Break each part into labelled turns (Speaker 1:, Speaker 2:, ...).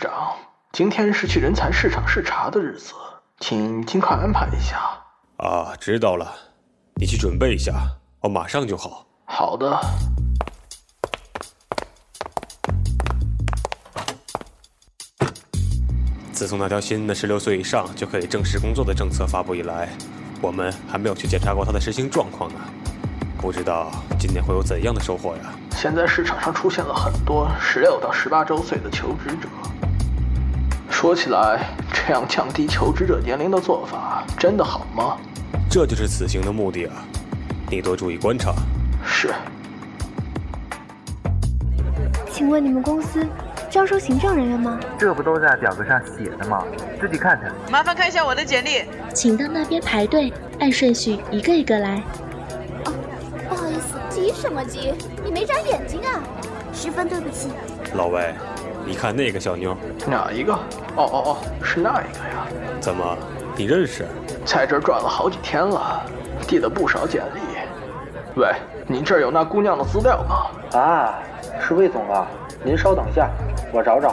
Speaker 1: 长，今天是去人才市场视察的日子，请尽快安排一下。
Speaker 2: 啊，知道了，你去准备一下，我马上就好。
Speaker 1: 好的。
Speaker 2: 自从那条新的十六岁以上就可以正式工作的政策发布以来，我们还没有去检查过它的实行状况呢。啊不知道今年会有怎样的收获呀？
Speaker 1: 现在市场上出现了很多十六到十八周岁的求职者。说起来，这样降低求职者年龄的做法真的好吗？
Speaker 2: 这就是此行的目的啊！你多注意观察。
Speaker 1: 是。
Speaker 3: 请问你们公司招收行政人员吗？
Speaker 4: 这不都在表格上写的吗？自己看看。
Speaker 5: 麻烦看一下我的简历。
Speaker 6: 请到那边排队，按顺序一个一个来。
Speaker 7: 不好意思，急什么急？你没长眼睛啊！
Speaker 8: 十分对不起。
Speaker 2: 老魏，你看那个小妞，
Speaker 1: 哪一个？哦哦哦，是那一个呀。
Speaker 2: 怎么，你认识？
Speaker 1: 在这儿转了好几天了，递了不少简历。喂，你这儿有那姑娘的资料吗？
Speaker 9: 啊，是魏总啊，您稍等下，我找找。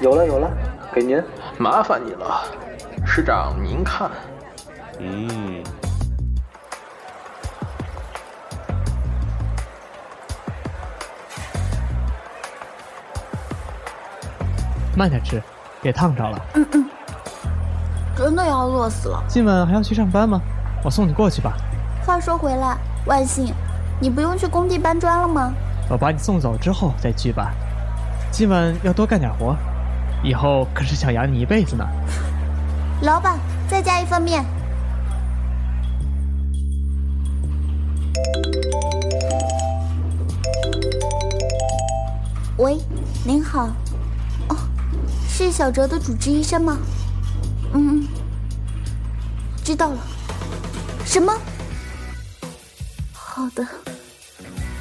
Speaker 9: 有了有了，给您，
Speaker 1: 麻烦你了，市长您看。
Speaker 2: 嗯。
Speaker 10: 慢点吃，别烫着了。嗯嗯，
Speaker 8: 真的要饿死了。
Speaker 10: 今晚还要去上班吗？我送你过去吧。
Speaker 8: 话说回来，万幸，你不用去工地搬砖了吗？
Speaker 10: 我把你送走之后再去吧。今晚要多干点活，以后可是想养你一辈子呢。
Speaker 8: 老板，再加一份面。喂，您好。哦是小哲的主治医生吗？嗯，知道了。什么？好的，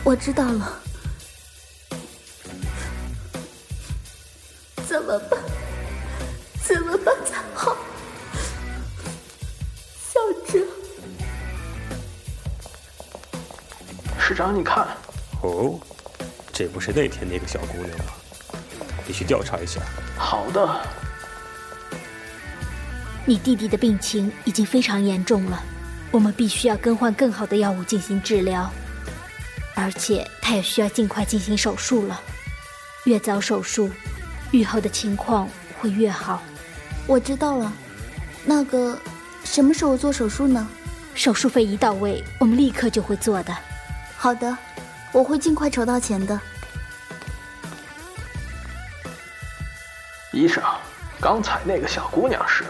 Speaker 8: 我知道了。怎么办？怎么办才好？小哲，
Speaker 1: 市长，你看。
Speaker 2: 哦，这不是那天那个小姑娘吗？你去调查一下。
Speaker 1: 好的。
Speaker 11: 你弟弟的病情已经非常严重了，我们必须要更换更好的药物进行治疗，而且他也需要尽快进行手术了。越早手术，愈后的情况会越好。
Speaker 8: 我知道了。那个，什么时候做手术呢？
Speaker 11: 手术费一到位，我们立刻就会做的。
Speaker 8: 好的，我会尽快筹到钱的。
Speaker 1: 医生，刚才那个小姑娘是？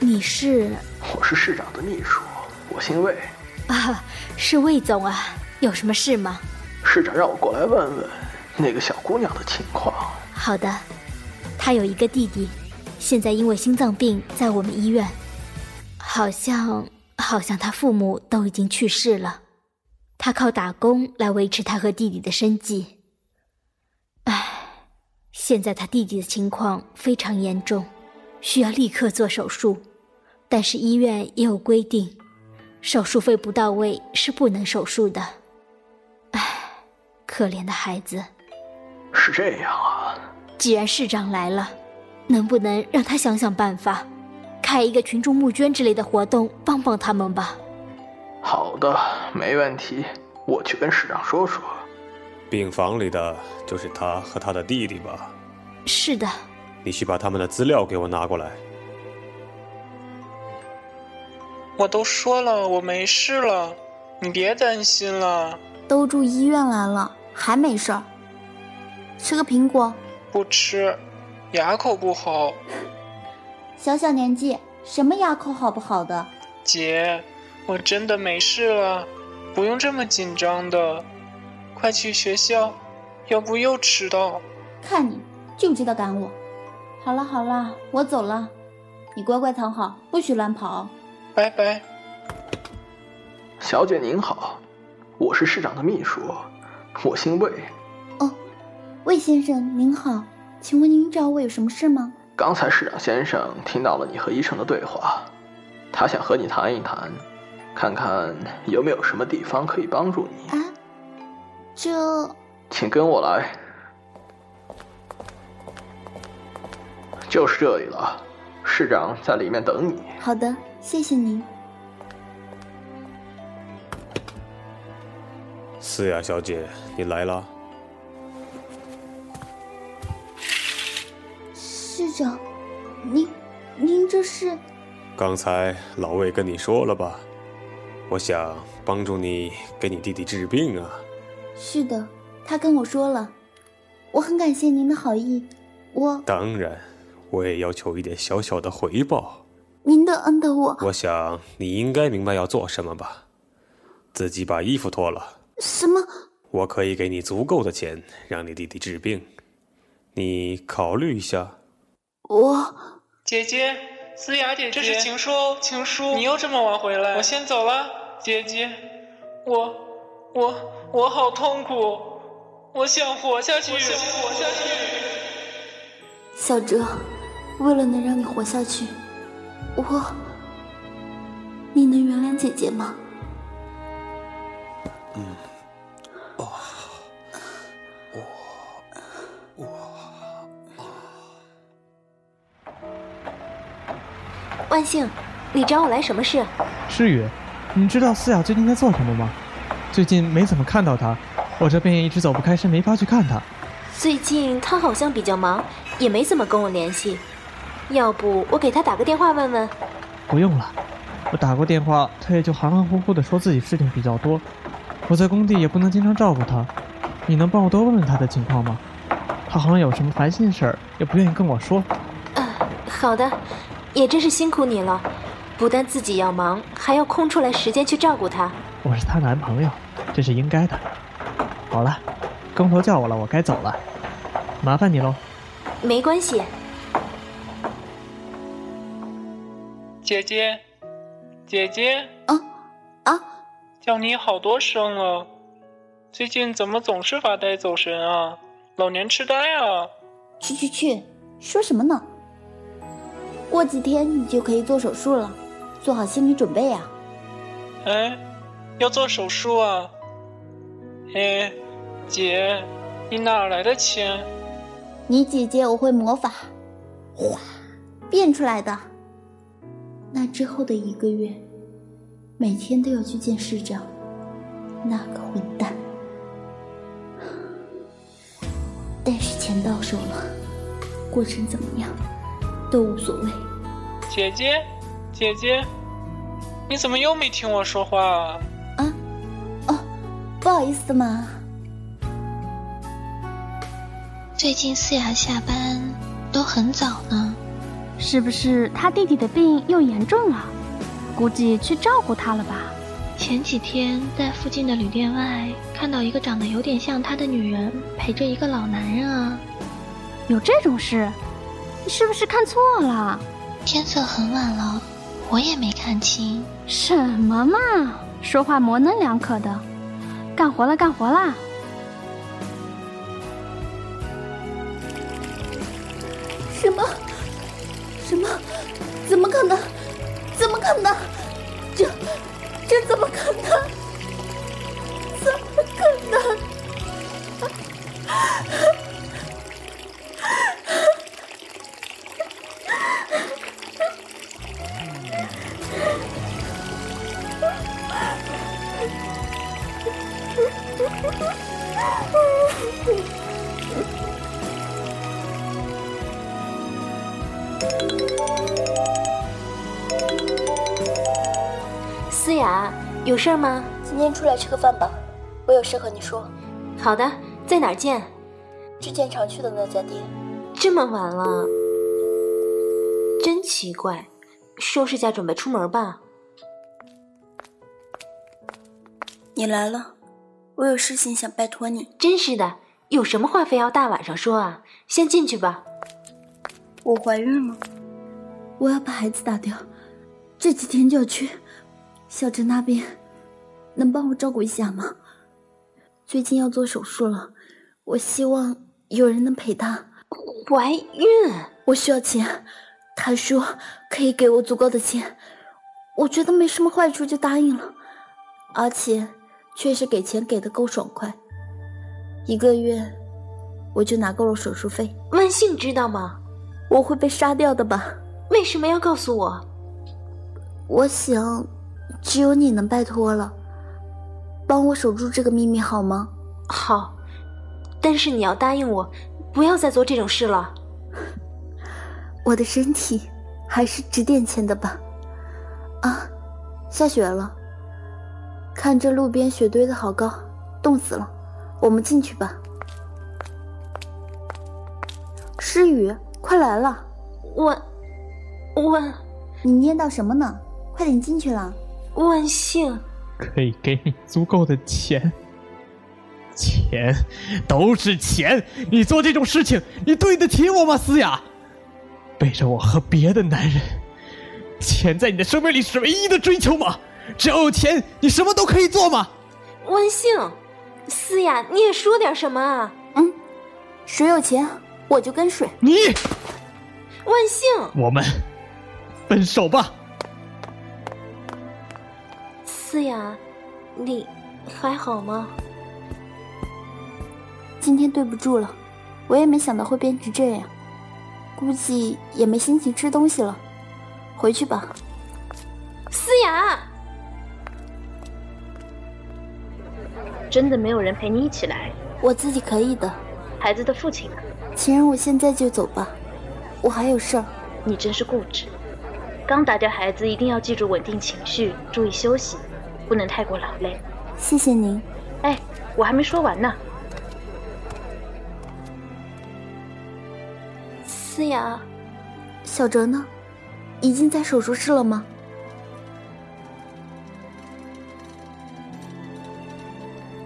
Speaker 11: 你是？
Speaker 1: 我是市长的秘书，我姓魏。
Speaker 11: 啊，是魏总啊，有什么事吗？
Speaker 1: 市长让我过来问问那个小姑娘的情况。
Speaker 11: 好的，她有一个弟弟，现在因为心脏病在我们医院，好像好像他父母都已经去世了，他靠打工来维持他和弟弟的生计。唉。现在他弟弟的情况非常严重，需要立刻做手术，但是医院也有规定，手术费不到位是不能手术的。唉，可怜的孩子。
Speaker 1: 是这样啊。
Speaker 11: 既然市长来了，能不能让他想想办法，开一个群众募捐之类的活动，帮帮他们吧？
Speaker 1: 好的，没问题，我去跟市长说说。
Speaker 2: 病房里的就是他和他的弟弟吧？
Speaker 11: 是的。
Speaker 2: 你去把他们的资料给我拿过来。
Speaker 12: 我都说了，我没事了，你别担心了。
Speaker 8: 都住医院来了，还没事儿？吃个苹果？
Speaker 12: 不吃，牙口不好。
Speaker 8: 小小年纪，什么牙口好不好的？
Speaker 12: 姐，我真的没事了，不用这么紧张的。快去学校，要不又迟到。
Speaker 8: 看你就知道赶我。好了好了，我走了，你乖乖藏好，不许乱跑。
Speaker 12: 拜拜。
Speaker 1: 小姐您好，我是市长的秘书，我姓魏。
Speaker 8: 哦，魏先生您好，请问您找我有什么事吗？
Speaker 1: 刚才市长先生听到了你和医生的对话，他想和你谈一谈，看看有没有什么地方可以帮助你。
Speaker 8: 啊。这，
Speaker 1: 请跟我来。就是这里了，市长在里面等你。
Speaker 8: 好的，谢谢您。
Speaker 2: 思雅啊小姐，你来了。
Speaker 8: 市长，您，您这是？
Speaker 2: 刚才老魏跟你说了吧？我想帮助你给你弟弟治病啊。
Speaker 8: 是的，他跟我说了，我很感谢您的好意。我
Speaker 2: 当然，我也要求一点小小的回报。
Speaker 8: 您的恩德我……
Speaker 2: 我想你应该明白要做什么吧？自己把衣服脱了。
Speaker 8: 什么？
Speaker 2: 我可以给你足够的钱，让你弟弟治病。你考虑一下。
Speaker 8: 我
Speaker 12: 姐姐，思雅姐姐，这是情书哦，情书。你又这么晚回来，我先走了。姐姐，我我我好痛苦，我想活下去，我想活下去。
Speaker 8: 小哲，为了能让你活下去，我，你能原谅姐姐吗？
Speaker 2: 嗯，哦，我我哦
Speaker 11: 万幸，你找我来什么事？
Speaker 10: 诗雨，你知道思雅最近在做什么吗？最近没怎么看到她，我这边也一直走不开身，没法去看她。
Speaker 11: 最近他好像比较忙，也没怎么跟我联系。要不我给他打个电话问问？
Speaker 10: 不用了，我打过电话，他也就含含糊糊的说自己事情比较多。我在工地也不能经常照顾他，你能帮我多问问他的情况吗？他好像有什么烦心事儿，也不愿意跟我说。
Speaker 11: 呃、好的，也真是辛苦你了，不但自己要忙，还要空出来时间去照顾他。
Speaker 10: 我是她男朋友，这是应该的。好了。工头叫我了，我该走了，麻烦你喽。
Speaker 11: 没关系，
Speaker 12: 姐姐，姐姐，
Speaker 8: 啊啊，
Speaker 12: 叫你好多声了，最近怎么总是发呆走神啊？老年痴呆啊！
Speaker 8: 去去去，说什么呢？过几天你就可以做手术了，做好心理准备啊。
Speaker 12: 哎，要做手术啊？哎。姐，你哪来的钱？
Speaker 8: 你姐姐我会魔法，哗，变出来的。那之后的一个月，每天都要去见市长，那个混蛋。但是钱到手了，过程怎么样都无所谓。
Speaker 12: 姐姐，姐姐，你怎么又没听我说话啊？
Speaker 8: 啊，哦，不好意思嘛。
Speaker 5: 最近思雅下班都很早呢，
Speaker 13: 是不是他弟弟的病又严重了？估计去照顾他了吧。
Speaker 5: 前几天在附近的旅店外看到一个长得有点像他的女人陪着一个老男人啊，
Speaker 13: 有这种事？你是不是看错了？
Speaker 5: 天色很晚了，我也没看清。
Speaker 13: 什么嘛，说话模棱两可的，干活了，干活啦！
Speaker 8: 什么？什么？怎么可能？怎么可能？这这怎么可能？怎么可能？
Speaker 11: 思雅，有事吗？
Speaker 14: 今天出来吃个饭吧，我有事和你说。
Speaker 11: 好的，在哪儿见？
Speaker 14: 之前常去的那家店。
Speaker 11: 这么晚了，真奇怪。收拾下准备出门吧。
Speaker 14: 你来了，我有事情想拜托你。
Speaker 11: 真是的，有什么话非要大晚上说啊？先进去吧。
Speaker 14: 我怀孕了，
Speaker 8: 我要把孩子打掉，这几天就要去。小陈那边能帮我照顾一下吗？最近要做手术了，我希望有人能陪他。
Speaker 11: 怀孕？
Speaker 8: 我需要钱，他说可以给我足够的钱，我觉得没什么坏处就答应了，而且确实给钱给的够爽快，一个月我就拿够了手术费。
Speaker 11: 万幸知道吗？
Speaker 8: 我会被杀掉的吧？
Speaker 15: 为什么要告诉我？
Speaker 8: 我想，只有你能拜托了，帮我守住这个秘密好吗？
Speaker 15: 好，但是你要答应我，不要再做这种事了。
Speaker 8: 我的身体还是指点前的吧。啊，下雪了，看这路边雪堆的好高，冻死了。我们进去吧。诗雨，快来了！
Speaker 15: 我，我，
Speaker 8: 你念叨什么呢？快点进去啦！
Speaker 15: 万幸，
Speaker 10: 可以给你足够的钱，钱，都是钱！你做这种事情，你对得起我吗，思雅？背着我和别的男人，钱在你的生命里是唯一的追求吗？只要有钱，你什么都可以做吗？
Speaker 15: 万幸，思雅，你也说点什么啊？
Speaker 8: 嗯，谁有钱我就跟谁。
Speaker 10: 你，
Speaker 15: 万幸，
Speaker 10: 我们分手吧。
Speaker 15: 思雅，你还好吗？
Speaker 8: 今天对不住了，我也没想到会变成这样。估计也没心情吃东西了，回去吧。
Speaker 15: 思雅，
Speaker 16: 真的没有人陪你一起来，
Speaker 8: 我自己可以的。
Speaker 16: 孩子的父亲啊呢？
Speaker 8: 请让我现在就走吧，我还有事儿。
Speaker 16: 你真是固执。刚打掉孩子，一定要记住稳定情绪，注意休息，不能太过劳累。
Speaker 8: 谢谢您。
Speaker 16: 哎，我还没说完呢。
Speaker 15: 思雅，
Speaker 8: 小哲呢？已经在手术室了吗？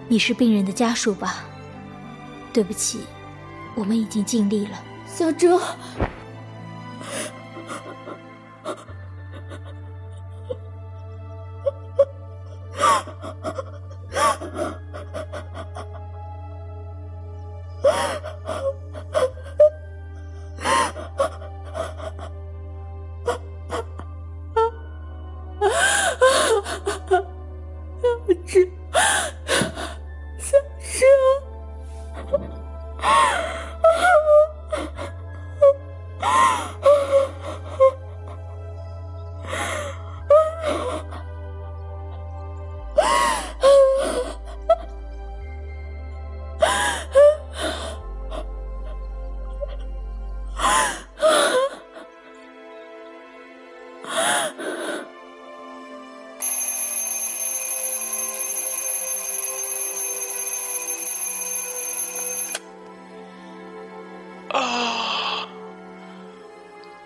Speaker 11: 你是病人的家属吧？对不起，我们已经尽力了。
Speaker 8: 小哲，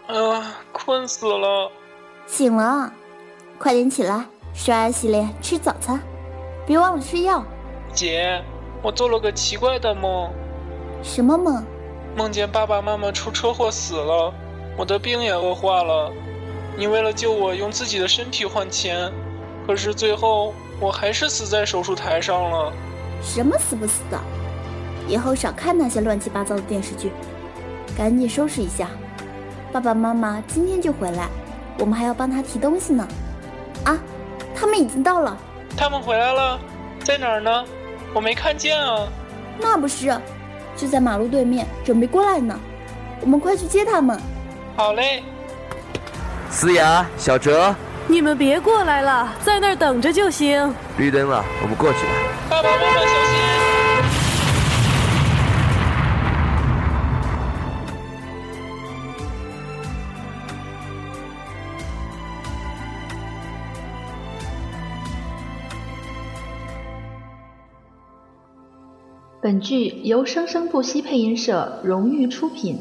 Speaker 12: 呃困死了，
Speaker 8: 醒了，快点起来，刷牙洗脸，吃早餐，别忘了吃药。
Speaker 12: 姐，我做了个奇怪的梦，
Speaker 8: 什么梦？
Speaker 12: 梦见爸爸妈妈出车祸死了，我的病也恶化了。你为了救我，用自己的身体换钱，可是最后我还是死在手术台上了。
Speaker 8: 什么死不死的？以后少看那些乱七八糟的电视剧，赶紧收拾一下。爸爸妈妈今天就回来，我们还要帮他提东西呢。啊，他们已经到了。
Speaker 12: 他们回来了，在哪儿呢？我没看见啊。
Speaker 8: 那不是，就在马路对面，准备过来呢。我们快去接他们。
Speaker 12: 好嘞。
Speaker 17: 思雅，小哲，
Speaker 18: 你们别过来了，在那儿等着就行。
Speaker 17: 绿灯了，我们过去吧。
Speaker 12: 爸爸妈妈小心。
Speaker 19: 本剧由生生不息配音社荣誉出品。